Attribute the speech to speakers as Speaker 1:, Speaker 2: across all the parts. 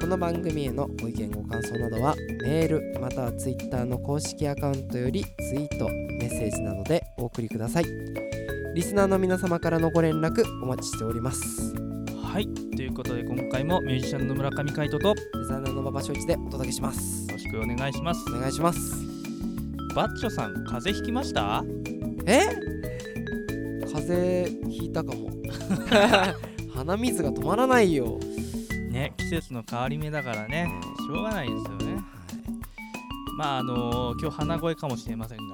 Speaker 1: この番組へのご意見ご感想などはメールまたはツイッターの公式アカウントよりツイートメッセージなどでお送りくださいリスナーの皆様からのご連絡お待ちしております
Speaker 2: はいということで今回もミュージシャンの村上海人とよ
Speaker 1: デザイナーの馬場翔一でお届けします
Speaker 2: ろしくお願いします
Speaker 1: お願いします
Speaker 2: バッチョさん風邪ひきました
Speaker 1: え風邪ひいたかも 鼻水が止まらないよ、
Speaker 2: ね季節の変わり目だからねしょうがないですよねまああのー今日鼻声かもしれませんが、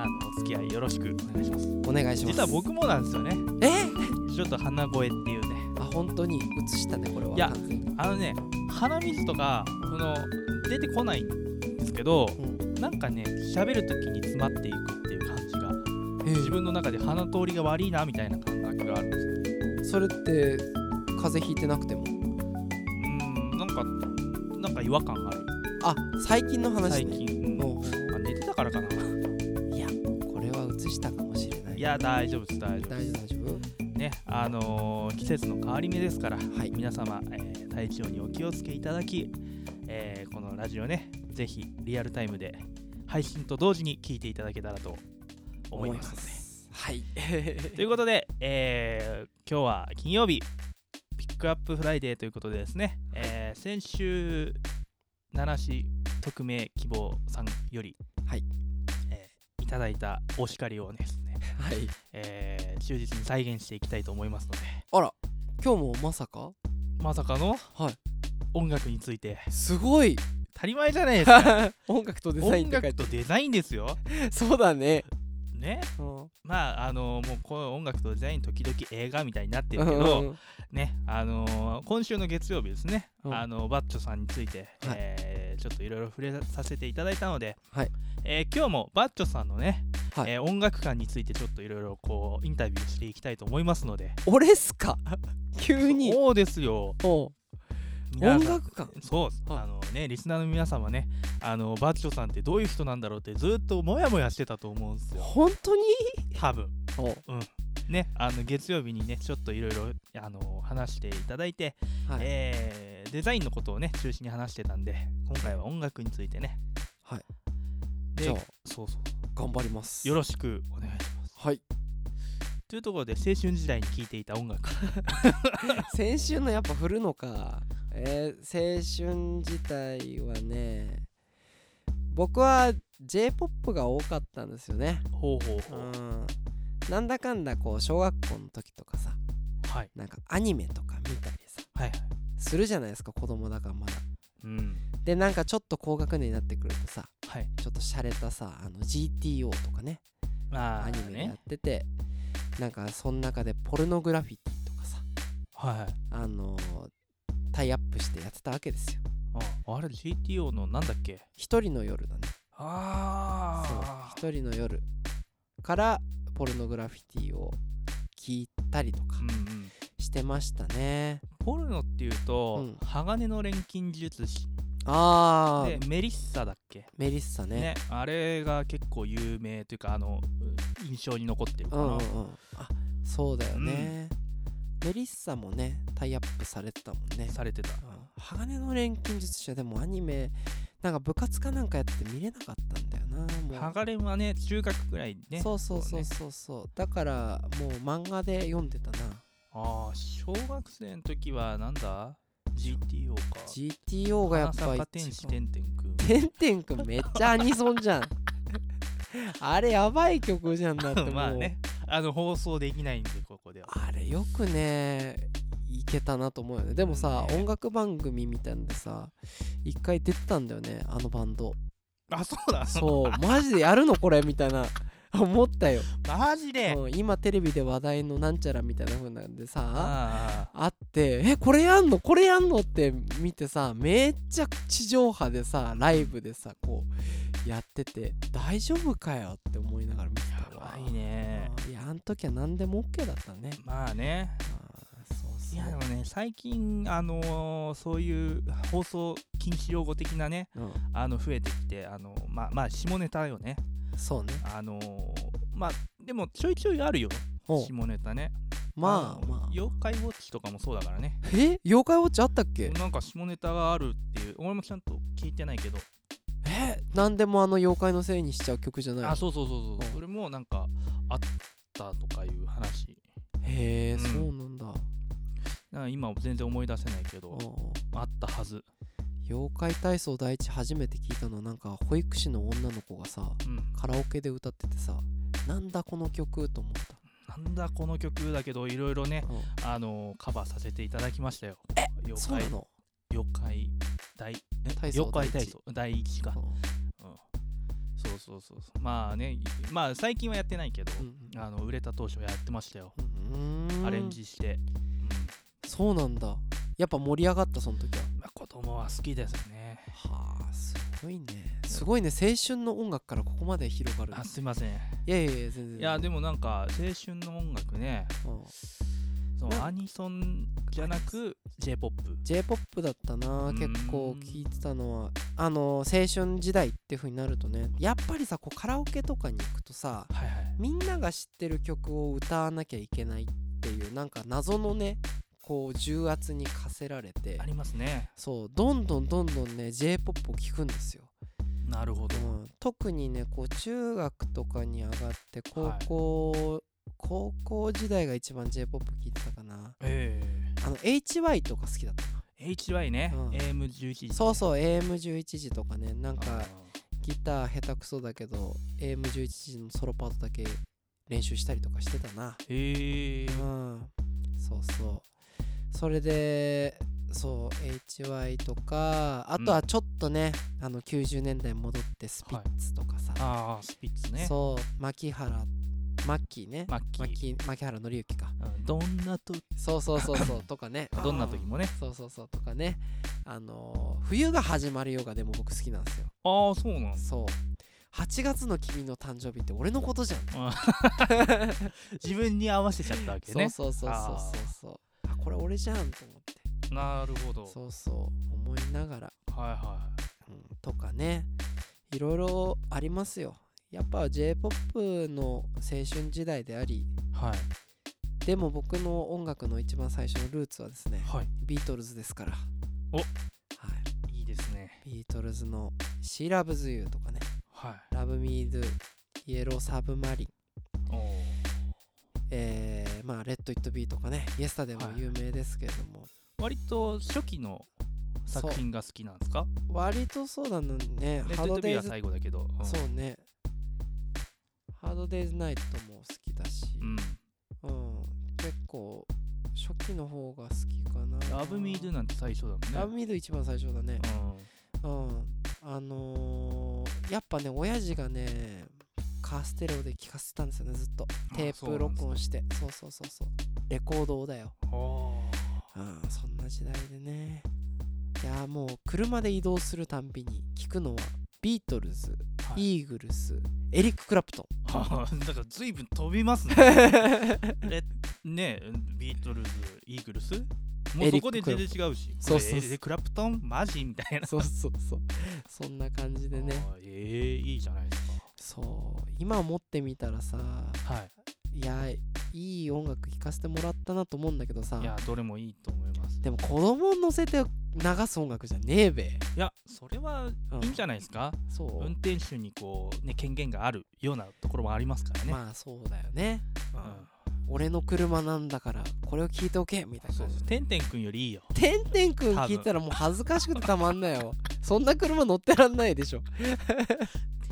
Speaker 2: あのお付き合いよろしくお願いします
Speaker 1: お願いします
Speaker 2: 実は僕もなんですよね
Speaker 1: え
Speaker 2: ちょっと鼻声っていうね
Speaker 1: あ本当に映したねこれはい
Speaker 2: や
Speaker 1: 完全に
Speaker 2: あのね鼻水とかこの出てこないんですけど、
Speaker 1: うん
Speaker 2: なんかね喋る時に詰まっていくっていう感じが
Speaker 1: え
Speaker 2: 自分の中で鼻通りが悪いなみたいな感覚があるんですよ
Speaker 1: それって風邪ひいてなくても
Speaker 2: うんなんかなんか違和感がある
Speaker 1: あ最近の話
Speaker 2: 最
Speaker 1: ね
Speaker 2: 近、うん
Speaker 1: も
Speaker 2: まあ寝てたからかな
Speaker 1: ういやこれは映したかもしれない
Speaker 2: いや大丈夫です大丈夫
Speaker 1: 大丈夫大丈夫
Speaker 2: ねあのー季節の変わり目ですから
Speaker 1: はい
Speaker 2: 皆様、えー体調にお気をつけいただき、えーこのラジオねぜひリアルタイムで配信と同時に聞いていただけたらと思いますので
Speaker 1: はい
Speaker 2: ということで、えー今日は金曜日ピックアップフライデーということでですね、えー先週奈良市匿名希望さんより、
Speaker 1: はい
Speaker 2: えーいただいたお叱りをですね、
Speaker 1: はい
Speaker 2: えー忠実に再現していきたいと思いますので
Speaker 1: あら今日もまさか
Speaker 2: まさかの
Speaker 1: はい
Speaker 2: 音楽について
Speaker 1: すご い
Speaker 2: 当たり前じゃないですか
Speaker 1: 音楽とデザイ
Speaker 2: 音
Speaker 1: ンって書い
Speaker 2: 楽
Speaker 1: て
Speaker 2: とデザインですよ。
Speaker 1: そうだね、
Speaker 2: ね
Speaker 1: うん
Speaker 2: まああのもうこの音楽とデザイン時々映画みたいになって
Speaker 1: う
Speaker 2: る
Speaker 1: ん
Speaker 2: け
Speaker 1: う
Speaker 2: ど、
Speaker 1: んうん
Speaker 2: ねあのー今週の月曜日ですね、
Speaker 1: うん
Speaker 2: あのバッチョさんについて、
Speaker 1: はい
Speaker 2: えーちょっといろいろ触れさせていただいたので、
Speaker 1: はい
Speaker 2: えー今日もバッチョさんのね、
Speaker 1: はい
Speaker 2: えー音楽観についてちょっといろいろこうインタビューしていきたいと思いますので
Speaker 1: 俺っ すか急に
Speaker 2: そうですよ
Speaker 1: おう
Speaker 2: 皆さん
Speaker 1: 音楽感
Speaker 2: そうです、
Speaker 1: はい
Speaker 2: あのねリスナーの皆様ねあのバッチョさんってどういう人なんだろうってずっとモヤモヤしてたと思うんですよ
Speaker 1: 本当に
Speaker 2: 多分
Speaker 1: おう
Speaker 2: ねあの月曜日にねちょっといろいろあの話していただいて
Speaker 1: はい、
Speaker 2: えーデザインのことをね中心に話してたんで今回は音楽についてね
Speaker 1: はい
Speaker 2: で
Speaker 1: じゃあ
Speaker 2: そうそう
Speaker 1: 頑張ります
Speaker 2: よろしくお願いします
Speaker 1: はい
Speaker 2: というところで青春時代に聴いていた音楽
Speaker 1: 先週のやっぱ振るのかえー、青春自体はね僕は j p o p が多かったんですよね
Speaker 2: ほうほう
Speaker 1: う
Speaker 2: ほう、
Speaker 1: んなんだかんだこう小学校の時とかさ
Speaker 2: はい
Speaker 1: なんかアニメとか見たりさ
Speaker 2: はいはい
Speaker 1: するじゃないですか子供だからまだ
Speaker 2: うん
Speaker 1: でなんかちょっと高学年になってくるとさ
Speaker 2: はい
Speaker 1: ちょっと洒落たさあの GTO とかね
Speaker 2: まあ
Speaker 1: アニメやってて、なんかその中でポルノグラフィティとかさ
Speaker 2: はいはい
Speaker 1: あのータイアップしてやってたわけですよ
Speaker 2: ああれ GTO のなんだっけ
Speaker 1: 一人の夜だね
Speaker 2: あ
Speaker 1: そう一人の夜からポルノグラフィティを聞いたりとか
Speaker 2: うんうん
Speaker 1: してましたね、
Speaker 2: ポルノっていうと、
Speaker 1: うん
Speaker 2: 鋼の錬金術師
Speaker 1: あ
Speaker 2: で
Speaker 1: ー
Speaker 2: メリッサだっけ
Speaker 1: メリッサね
Speaker 2: ね、あれが結構有名というかあのう印象に残ってるか
Speaker 1: う
Speaker 2: な、
Speaker 1: んうんうんあそうだよね、メリッサもねタイアップされてたもんね
Speaker 2: されてた
Speaker 1: うん鋼の錬金術師はでもアニメなんか部活かなんかやって見れなかったんだよなもう
Speaker 2: ハガレンはね中学ぐらいね
Speaker 1: そうそうそう
Speaker 2: ね
Speaker 1: そうそうだからもう漫画で読んでたな
Speaker 2: ああ小学生の時はなんだ GTO か
Speaker 1: GTO がやっぱ
Speaker 2: 花坂
Speaker 1: 一
Speaker 2: 天使天
Speaker 1: 番
Speaker 2: 天 くん
Speaker 1: てんてんくんめっちゃアニソンじゃん あれやばい曲じゃんだっても う
Speaker 2: まあねあの放送できないんでここでは
Speaker 1: あれよくねいけたなと思うよねでもさ、
Speaker 2: ね
Speaker 1: 音楽番組みたいのでさ一回 出てたんだよねあのバンド
Speaker 2: あそうだ
Speaker 1: そうマジでやるのこれみたいな思ったよ、
Speaker 2: マジで、
Speaker 1: うん、今テレビで話題のなんちゃらみたいな風なんでさ
Speaker 2: あ
Speaker 1: あって「えこれやんのこれやんの?」って見てさめっちゃ地上波でさライブでさこうやってて大丈夫かよって思いながら見て
Speaker 2: あ
Speaker 1: た
Speaker 2: や
Speaker 1: わ
Speaker 2: ばいね
Speaker 1: うんいやあん時は何でも OK だったね
Speaker 2: まあね
Speaker 1: あーそうそう
Speaker 2: いやでもね最近あのーそういう放送禁止用語的なね
Speaker 1: う
Speaker 2: あの増えてきてあのまあまあ下ネタよね
Speaker 1: ん、そうね
Speaker 2: あのーまあでもちょいちょいあるよ
Speaker 1: ほう
Speaker 2: 下ネタね
Speaker 1: まあ
Speaker 2: の
Speaker 1: まあ
Speaker 2: 妖怪ウォッチとかもそうだからね
Speaker 1: え妖怪ウォッチあったっけ
Speaker 2: なんか下ネタがあるっていう俺もちゃんと聞いてないけど
Speaker 1: え何でもあの妖怪のせいにしちゃう曲じゃない
Speaker 2: あそうそうそうそう
Speaker 1: うん
Speaker 2: それもなんかあったとかいう話
Speaker 1: へえ、
Speaker 2: うん
Speaker 1: そうなんだ
Speaker 2: なんか今は全然思い出せないけど
Speaker 1: うん
Speaker 2: あったはず
Speaker 1: 妖怪体操第一初めて聞いたのなんか保育士の女の子がさ
Speaker 2: うん
Speaker 1: カラオケで歌っててさなんだこの曲と 思った、
Speaker 2: なんだこの曲だけどいろいろね
Speaker 1: うん
Speaker 2: あのーカバーさせていただきましたよ
Speaker 1: そう
Speaker 2: 妖
Speaker 1: な
Speaker 2: 怪
Speaker 1: の、
Speaker 2: 妖怪大え
Speaker 1: 体操
Speaker 2: 妖怪体
Speaker 1: 第一
Speaker 2: 操第一か
Speaker 1: うん
Speaker 2: うんそうそうそうそうまあねまあ最近はやってないけど
Speaker 1: うん
Speaker 2: あの売れた当初やってましたよ
Speaker 1: うん、うーん
Speaker 2: アレンジして、
Speaker 1: そうなんだやっぱ盛り上がったその時は
Speaker 2: まあ、子供は好きですね
Speaker 1: はあすごいねすごいね青春の音楽からここまで広がる
Speaker 2: あすいません
Speaker 1: いやいやいや全然
Speaker 2: いやでもなんか青春の音楽ね
Speaker 1: うん
Speaker 2: そ
Speaker 1: なん
Speaker 2: のアニソンじゃなく j p o p
Speaker 1: J−POP だったな
Speaker 2: うん
Speaker 1: 結構聞いてたのはあの青春時代って風になるとねやっぱりさこうカラオケとかに行くとさ
Speaker 2: はいはい
Speaker 1: みんなが知ってる曲を歌わなきゃいけないっていうなんか謎のねこう重圧に課せられて
Speaker 2: ありますね
Speaker 1: そうどんどんどんどんね J−POP を聴くんですよ、
Speaker 2: なるほど、
Speaker 1: うん、特にねこう中学とかに上がって高校、高校時代が一番 J−POP 聴いてたかな
Speaker 2: え
Speaker 1: あの HY とか好きだった
Speaker 2: え HY ね、
Speaker 1: うん
Speaker 2: AM11 時
Speaker 1: そうそう AM11 時とかねなん
Speaker 2: あ
Speaker 1: かギター下手くそだけど AM11 時のソロパートだけ練習したりとかしてたな
Speaker 2: ーへえ
Speaker 1: うんそうそうそれでそう HY とかあとはちょっとね、あの90年代戻ってスピッツとかさ、
Speaker 2: ああスピッツね
Speaker 1: そう牧原マッキーね
Speaker 2: マッキー
Speaker 1: 牧牧原紀之か
Speaker 2: うんどんなと
Speaker 1: そうそうそうそうとかね
Speaker 2: どんな時もね
Speaker 1: そうそうそうとかねあのー冬が始まるよがでも僕好きなんですよ
Speaker 2: ああそうなん
Speaker 1: そう8月の君の誕生日って俺のことじゃん、
Speaker 2: 自分に合わせちゃったわけ
Speaker 1: そう
Speaker 2: ね
Speaker 1: そうそうそうそうそうあこれ俺じゃんと思って
Speaker 2: なるほど
Speaker 1: そうそう思いながら、
Speaker 2: はいは
Speaker 1: うん、とかねいろいろありますよやっぱ j p o p の青春時代であり
Speaker 2: いはい
Speaker 1: でも僕の音楽の一番最初のルーツはですね
Speaker 2: はい
Speaker 1: ビートルズですから
Speaker 2: お
Speaker 1: はい
Speaker 2: いいですね。
Speaker 1: ビートルズの「シーラブズユーとかね
Speaker 2: はい。
Speaker 1: 「ラブミードゥイエローサブマリン
Speaker 2: おお。
Speaker 1: えーまあ「レッド・イット・ビー」とかね「イエスタ」でも有名ですけれども、
Speaker 2: 割と初期の作品が好きなんですか？
Speaker 1: 割とそうだね
Speaker 2: レッ
Speaker 1: ハー
Speaker 2: ド
Speaker 1: ド
Speaker 2: トビ
Speaker 1: デ
Speaker 2: ー
Speaker 1: イ
Speaker 2: は
Speaker 1: ズ
Speaker 2: 最後だけど。うん
Speaker 1: そうねハードデイズナイトも好きだし、
Speaker 2: うん。
Speaker 1: うん結構初期の方が好きかな
Speaker 2: ラブミードゥなんて最初だもんね。
Speaker 1: ラブミード一番最初だねうん、あのーやっぱね親父がねカーステレオで聴かせてたんですよねずっと
Speaker 2: あ
Speaker 1: テー
Speaker 2: そうな
Speaker 1: プ
Speaker 2: んですね
Speaker 1: 録音してそうそうそうそうレコードだよ
Speaker 2: うん。お
Speaker 1: うん、そんな時代でねいやーもう車で移動するたんびに聞くのはビートルズ、
Speaker 2: い。
Speaker 1: イーグルスエリック・クラプトン
Speaker 2: は あだから随分飛びます ね。えねえビートルズ、イーグルス。もう
Speaker 1: エリ
Speaker 2: そ
Speaker 1: ック
Speaker 2: こで全然違うし。
Speaker 1: そうそうそう
Speaker 2: これえクラプトンマジみたいな。
Speaker 1: そうそうそうそんな感じでね
Speaker 2: あー。ええいいじゃないです
Speaker 1: そう今思ってみたらさ
Speaker 2: か。はい
Speaker 1: やいい音楽聴かせてもらったなと思うんだけどさ
Speaker 2: い。いやどれもいいと思います。
Speaker 1: でも子供を乗せて流す音楽じゃねえべ、
Speaker 2: いやそれは
Speaker 1: うん
Speaker 2: いいんじゃないですか。
Speaker 1: そう、
Speaker 2: 運転手にこう、ね、権限があるようなところもありますからね。
Speaker 1: まあそうだよね、
Speaker 2: うん
Speaker 1: 俺の車なんだからこれを聞いておけみたいな
Speaker 2: そう
Speaker 1: 感じ
Speaker 2: そうてんてんくんよりいいよ。
Speaker 1: てんてんくん聞いたらもう恥ずかしくてたまんな いよ。そんな車乗ってらんないでしょ。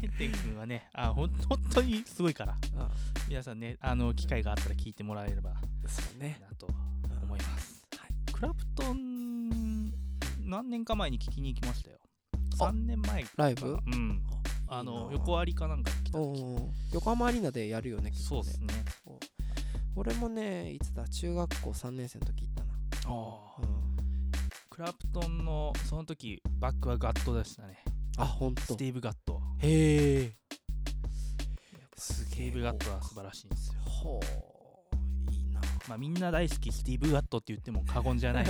Speaker 2: てんてんくんはね、あほん本当にすごいから、
Speaker 1: あ
Speaker 2: 皆さんね、あの機会があったら聞いてもらえればな
Speaker 1: そうね。
Speaker 2: と思います。
Speaker 1: は
Speaker 2: クラプトン、何年か前に聞きに行きましたよ。
Speaker 1: あ
Speaker 2: 3年前か
Speaker 1: ライブ
Speaker 2: うん。あ
Speaker 1: いい
Speaker 2: の
Speaker 1: な
Speaker 2: 横ありかなんか来た
Speaker 1: お
Speaker 2: 時
Speaker 1: ー横浜アリーナでやるよねきっ
Speaker 2: そ
Speaker 1: と
Speaker 2: うですね
Speaker 1: 俺もねいつだ中学校3年生の時行ったな、
Speaker 2: あ
Speaker 1: う
Speaker 2: ー
Speaker 1: ん、
Speaker 2: クラプトンのその時バックはガットでしたね
Speaker 1: あほんと
Speaker 2: スティーブ・ガット
Speaker 1: へえす
Speaker 2: ステ
Speaker 1: げ
Speaker 2: ィ
Speaker 1: え
Speaker 2: ーブ・ガットは素晴らしいんですよ
Speaker 1: ほういいな
Speaker 2: まあみんな大好きスティーブ・ガットって言っても過言じゃ ない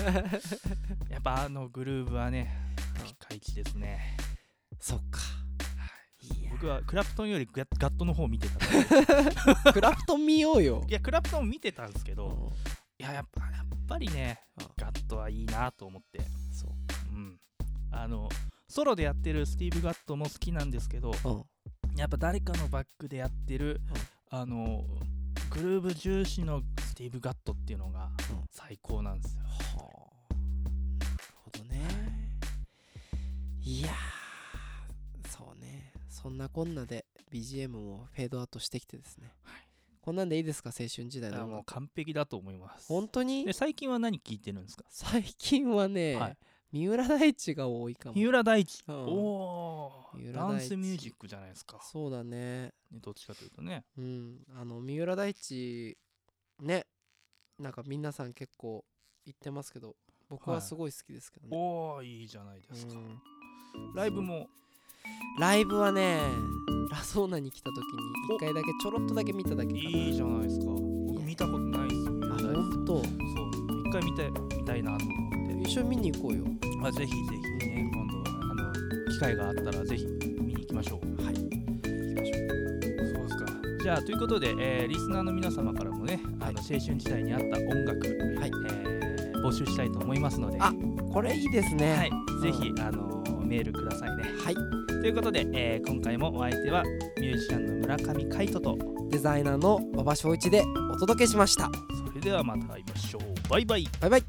Speaker 2: やっぱあのグルーブはね
Speaker 1: うん
Speaker 2: ピカイチですね
Speaker 1: そっかいや
Speaker 2: 僕はクラプトンよりガガットの方を見て たんで
Speaker 1: クラフトン見ようよ
Speaker 2: いやクラプトン見てたんですけ
Speaker 1: う
Speaker 2: ど、
Speaker 1: ん
Speaker 2: いややっぱやっぱりね
Speaker 1: あ
Speaker 2: ガットはいいなと思って
Speaker 1: そ
Speaker 2: うんあのソロでやってるスティーブ・ガットも好きなんですけど
Speaker 1: ううん
Speaker 2: やっぱ誰かのバックでやってる、あのグルーブ重視のスティーブ・ガットっていうのが
Speaker 1: うん
Speaker 2: 最高なんですよ、
Speaker 1: はあなるほどねいやーそうねそんなこんなで BGM もフェードアウトしてきてですね、
Speaker 2: はい
Speaker 1: こんなんでいいですか青春時代
Speaker 2: だから
Speaker 1: の
Speaker 2: もう
Speaker 1: 音楽
Speaker 2: 完璧だと思います
Speaker 1: 本当に
Speaker 2: で最近は何聴いてるんですか、
Speaker 1: 最近はね、
Speaker 2: はい
Speaker 1: 三浦大知が多いかも
Speaker 2: 三浦大知、
Speaker 1: うん
Speaker 2: おお
Speaker 1: 三
Speaker 2: ー
Speaker 1: 浦
Speaker 2: ダ
Speaker 1: 大知
Speaker 2: ンスミュージックじゃないですか、
Speaker 1: そうだね
Speaker 2: ねどっちかというとね
Speaker 1: うんあの三浦大知ねなんか皆さん結構言ってますけど僕ははいすごい好きですけどね、
Speaker 2: おおいいじゃないですか、
Speaker 1: うん
Speaker 2: ライブも
Speaker 1: ライブはねラソーナに来た時に一回だけちょろっとだけ見ただけかない
Speaker 2: いじゃないですか
Speaker 1: いや
Speaker 2: 僕見たことないですよ
Speaker 1: あ
Speaker 2: 三浦大知
Speaker 1: 本
Speaker 2: そ
Speaker 1: 当
Speaker 2: う一回見たい見たいなと思って
Speaker 1: 一緒に見に行こうよ
Speaker 2: まあ、ぜひぜひね、今度はあの機会があったらぜひ見に行きましょう。はい、
Speaker 1: 行きましょう
Speaker 2: そうですか。じゃあということで、えーリスナーの皆様からもね、あの青春時代にあった音楽、
Speaker 1: はい
Speaker 2: えー募集したいと思いますので、
Speaker 1: あこれいいですね
Speaker 2: はい、ぜひあのメールくださいね。
Speaker 1: はい、
Speaker 2: ということで、えー今回もお相手はミュージシャンの村上海人と、
Speaker 1: デザイナーの馬場翔一でお届けしました
Speaker 2: それではまた会いましょう。バイバイ。
Speaker 1: バイバイ